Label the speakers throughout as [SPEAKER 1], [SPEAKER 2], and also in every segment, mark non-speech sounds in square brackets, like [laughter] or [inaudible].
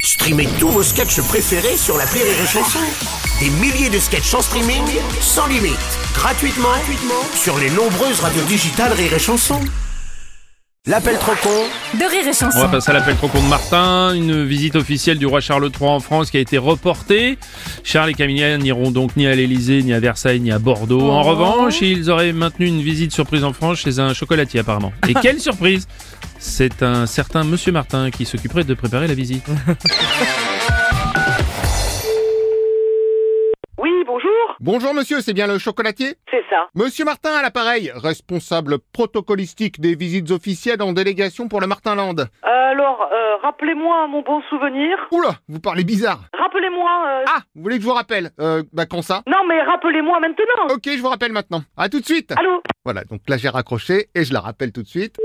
[SPEAKER 1] Streamez tous vos sketchs préférés sur la Rire et Chanson. Des milliers de sketchs en streaming, sans limite, gratuitement, gratuitement sur les nombreuses radios digitales Rire et Chanson. L'appel trop con
[SPEAKER 2] de rire et
[SPEAKER 3] On va
[SPEAKER 2] chanson.
[SPEAKER 3] passer à l'appel trop con de Martin, une visite officielle du roi Charles III en France qui a été reportée. Charles et Camilla n'iront donc ni à l'Elysée, ni à Versailles, ni à Bordeaux. En revanche, ils auraient maintenu une visite surprise en France chez un chocolatier apparemment. Et quelle surprise C'est un certain Monsieur Martin qui s'occuperait de préparer la visite.
[SPEAKER 4] Oui, bonjour,
[SPEAKER 5] Bonjour monsieur, c'est bien le chocolatier
[SPEAKER 4] c'est ça.
[SPEAKER 5] Monsieur Martin à l'appareil, responsable protocolistique des visites officielles en délégation pour le Martinland.
[SPEAKER 4] Alors, euh, rappelez-moi mon bon souvenir.
[SPEAKER 5] Oula, vous parlez bizarre.
[SPEAKER 4] Rappelez-moi... euh,
[SPEAKER 5] Ah, vous voulez que je vous rappelle Euh, bah quand ça
[SPEAKER 4] Non, mais rappelez-moi maintenant.
[SPEAKER 5] Ok, je vous rappelle maintenant. À tout de suite
[SPEAKER 4] Allô
[SPEAKER 5] Voilà, donc là j'ai raccroché et je la rappelle tout de suite.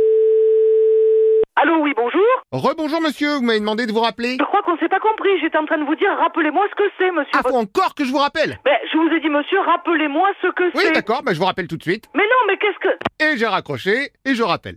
[SPEAKER 4] Allô, oui, bonjour.
[SPEAKER 5] Rebonjour monsieur, vous m'avez demandé de vous rappeler.
[SPEAKER 4] Je crois qu'on s'est pas compris. J'étais en train de vous dire, rappelez-moi ce que c'est, monsieur.
[SPEAKER 5] Ah, faut encore que je vous rappelle
[SPEAKER 4] Ben, je vous ai dit, monsieur, rappelez-moi ce que
[SPEAKER 5] Oui,
[SPEAKER 4] c'est.
[SPEAKER 5] d'accord, bah je vous rappelle tout de suite.
[SPEAKER 4] Mais non, mais qu'est-ce que...
[SPEAKER 5] Et j'ai raccroché et je rappelle.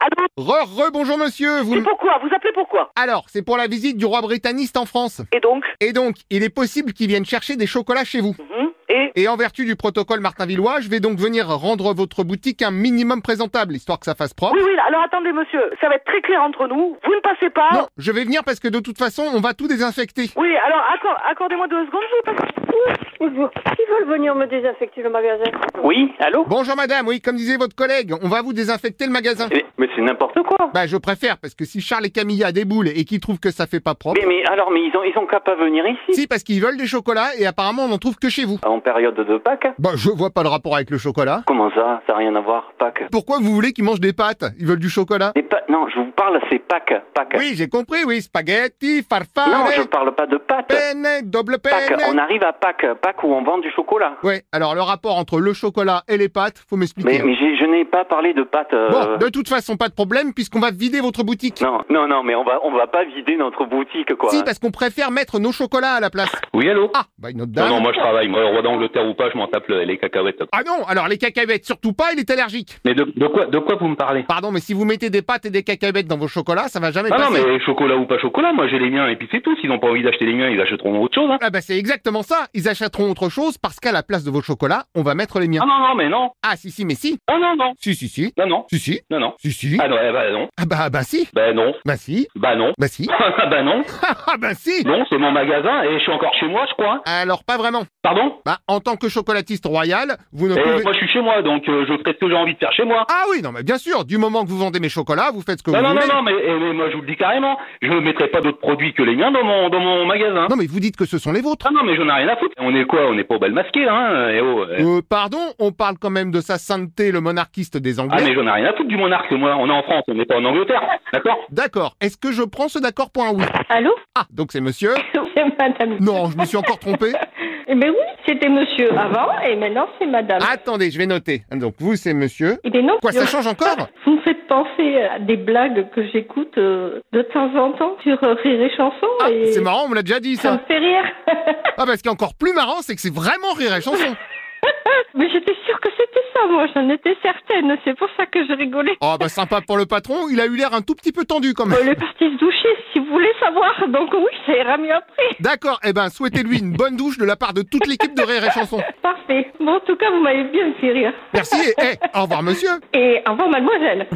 [SPEAKER 4] Allô
[SPEAKER 5] Re, re, bonjour monsieur, vous...
[SPEAKER 4] C'est
[SPEAKER 5] m-
[SPEAKER 4] pourquoi Vous appelez pourquoi
[SPEAKER 5] Alors, c'est pour la visite du roi britanniste en France.
[SPEAKER 4] Et donc
[SPEAKER 5] Et donc, il est possible qu'il vienne chercher des chocolats chez vous.
[SPEAKER 4] Mhm. Et...
[SPEAKER 5] Et en vertu du protocole Martin Villois, je vais donc venir rendre votre boutique un minimum présentable, histoire que ça fasse propre.
[SPEAKER 4] Oui, oui, alors attendez, monsieur, ça va être très clair entre nous. Vous ne passez pas...
[SPEAKER 5] Non, je vais venir parce que de toute façon, on va tout désinfecter.
[SPEAKER 4] Oui, alors accor- accordez-moi deux secondes, je vais passer.
[SPEAKER 6] Bonjour. Ils veulent venir me désinfecter le magasin.
[SPEAKER 7] Oui, allô
[SPEAKER 5] Bonjour madame, oui, comme disait votre collègue, on va vous désinfecter le magasin.
[SPEAKER 7] mais, Eh, mais c'est n'importe quoi
[SPEAKER 5] Bah je préfère, parce que si Charles et Camilla déboulent et qu'ils trouvent que ça fait pas propre...
[SPEAKER 7] mais, mais alors, mais ils ont, ils ont qu'à pas venir ici
[SPEAKER 5] Si, parce qu'ils veulent des chocolats et apparemment on n'en trouve que chez vous.
[SPEAKER 7] En période de Pâques
[SPEAKER 5] Bah je vois pas le rapport avec le chocolat.
[SPEAKER 7] Comment ça Ça n'a rien à voir, Pâques
[SPEAKER 5] Pourquoi vous voulez qu'ils mangent des pâtes Ils veulent du chocolat
[SPEAKER 7] Des Pâques Non, je vous parle, c'est Pâques, Pâques.
[SPEAKER 5] Oui, Ah, j'ai compris, oui, spaghetti, farfalle,
[SPEAKER 7] non, je parle pas de pâtes.
[SPEAKER 5] penne, double
[SPEAKER 7] Pâques,
[SPEAKER 5] penne...
[SPEAKER 7] on arrive à Pâques, Pâques où on vend du chocolat.
[SPEAKER 5] Ouais, alors le rapport entre le chocolat et les pâtes, faut m'expliquer.
[SPEAKER 7] Mais, mais j'ai- je n'ai pas parlé de pâtes. euh,
[SPEAKER 5] Bon, de toute façon, pas de problème, puisqu'on va vider votre boutique.
[SPEAKER 7] Non, non, non, mais on va, on va pas vider notre boutique, quoi.
[SPEAKER 5] Si, parce qu'on préfère mettre nos chocolats à la place.
[SPEAKER 8] Oui, allô
[SPEAKER 5] Ah, bah une autre
[SPEAKER 8] Non,
[SPEAKER 5] dame.
[SPEAKER 8] non, moi je travaille. Moi, le roi d'Angleterre ou pas, je m'en tape le- les cacahuètes.
[SPEAKER 5] Ah non, alors les cacahuètes, surtout pas, il est allergique.
[SPEAKER 8] Mais de, de quoi, de quoi vous me parlez
[SPEAKER 5] Pardon, mais si vous mettez des pâtes et des cacahuètes dans vos chocolats, ça va jamais
[SPEAKER 8] Ah non,
[SPEAKER 5] passer.
[SPEAKER 8] mais chocolat ou pas chocolat, moi j'ai les miens et puis c'est tout. S'ils n'ont pas envie d'acheter les miens, ils achèteront autre chose. Hein.
[SPEAKER 5] Ah bah c'est exactement ça, ils achèteront autre chose parce qu'à la place de vos chocolats, on va mettre les miens.
[SPEAKER 8] Ah non, non, mais non.
[SPEAKER 5] Ah si si mais si.
[SPEAKER 8] Ah non, non.
[SPEAKER 5] Si si si.
[SPEAKER 8] Non, non.
[SPEAKER 5] Si si.
[SPEAKER 8] Non, non.
[SPEAKER 5] Si si.
[SPEAKER 8] Ah non, eh, bah non.
[SPEAKER 5] Ah bah bah si.
[SPEAKER 8] Bah non.
[SPEAKER 5] Bah si.
[SPEAKER 8] Bah non. [laughs]
[SPEAKER 5] Bah si.
[SPEAKER 8] Ah bah non.
[SPEAKER 5] [laughs] Ah bah si.
[SPEAKER 8] Non, c'est mon magasin et je suis encore chez moi, je crois. hein.
[SPEAKER 5] Alors pas vraiment.
[SPEAKER 8] Pardon
[SPEAKER 5] Bah en tant que chocolatiste royal, vous ne
[SPEAKER 8] Eh,
[SPEAKER 5] pouvez...
[SPEAKER 8] Moi je suis chez moi, donc euh, je ferai ce que j'ai envie de faire chez moi.
[SPEAKER 5] Ah oui, non, mais bien sûr, du moment que vous vendez mes chocolats, vous faites ce que
[SPEAKER 8] Non,
[SPEAKER 5] Bah, vous
[SPEAKER 8] non, non,
[SPEAKER 5] voulez.
[SPEAKER 8] non, mais, eh, mais moi je vous le dis carrément, je ne mettrai pas d'autres produits que les miens dans mon, dans mon magasin.
[SPEAKER 5] Non, mais vous dites que ce sont les vôtres.
[SPEAKER 8] Ah non, mais j'en ai rien à foutre. On est quoi On est pas au bal masqué, là, hein eh oh, eh.
[SPEAKER 5] Euh, pardon, on parle quand même de sa sainteté, le monarchiste des
[SPEAKER 8] Ah mais
[SPEAKER 5] Anglais.
[SPEAKER 8] j'en ai rien à foutre du monarque, moi, on est en France, on n'est pas en Angleterre, d'accord
[SPEAKER 5] D'accord, est-ce que je prends ce d'accord pour un oui
[SPEAKER 6] Allô [laughs]
[SPEAKER 5] Ah, donc c'est monsieur
[SPEAKER 6] C'est madame.
[SPEAKER 5] Non, je me suis encore trompé.
[SPEAKER 8] [laughs]
[SPEAKER 6] Eh ben oui, c'était monsieur avant et maintenant c'est madame.
[SPEAKER 5] Attendez, je vais noter. Donc vous, c'est monsieur.
[SPEAKER 6] Eh ben non.
[SPEAKER 5] Ah, Quoi, ça change encore
[SPEAKER 6] [laughs] Vous me faites penser à des blagues que j'écoute euh, de temps en temps sur euh, Rire et Chanson.
[SPEAKER 5] Ah,
[SPEAKER 6] et
[SPEAKER 5] c'est marrant, on me l'a déjà dit,
[SPEAKER 6] Ça me [laughs]
[SPEAKER 5] ça.
[SPEAKER 6] fait rire.
[SPEAKER 5] Ah, bah ce qui est encore plus marrant, c'est que c'est vraiment rire et chanson.
[SPEAKER 6] Mais j'étais sûre que c'était ça, moi, j'en étais certaine. C'est pour ça que je
[SPEAKER 5] [laughs]
[SPEAKER 6] rigolais.
[SPEAKER 5] Oh, bah sympa pour le patron, il a eu l'air un tout petit peu tendu quand même.
[SPEAKER 6] Euh, Le parti se doucher, si vous voulez savoir. Donc oui, ça ira mieux après.
[SPEAKER 5] D'accord, eh ben souhaitez-lui une bonne douche de la part de toute l'équipe de rire et chanson.
[SPEAKER 6] Parfait. Bon, en tout cas, vous m'avez bien fait rire.
[SPEAKER 5] Merci et eh, au revoir monsieur.
[SPEAKER 6] Et au revoir, mademoiselle.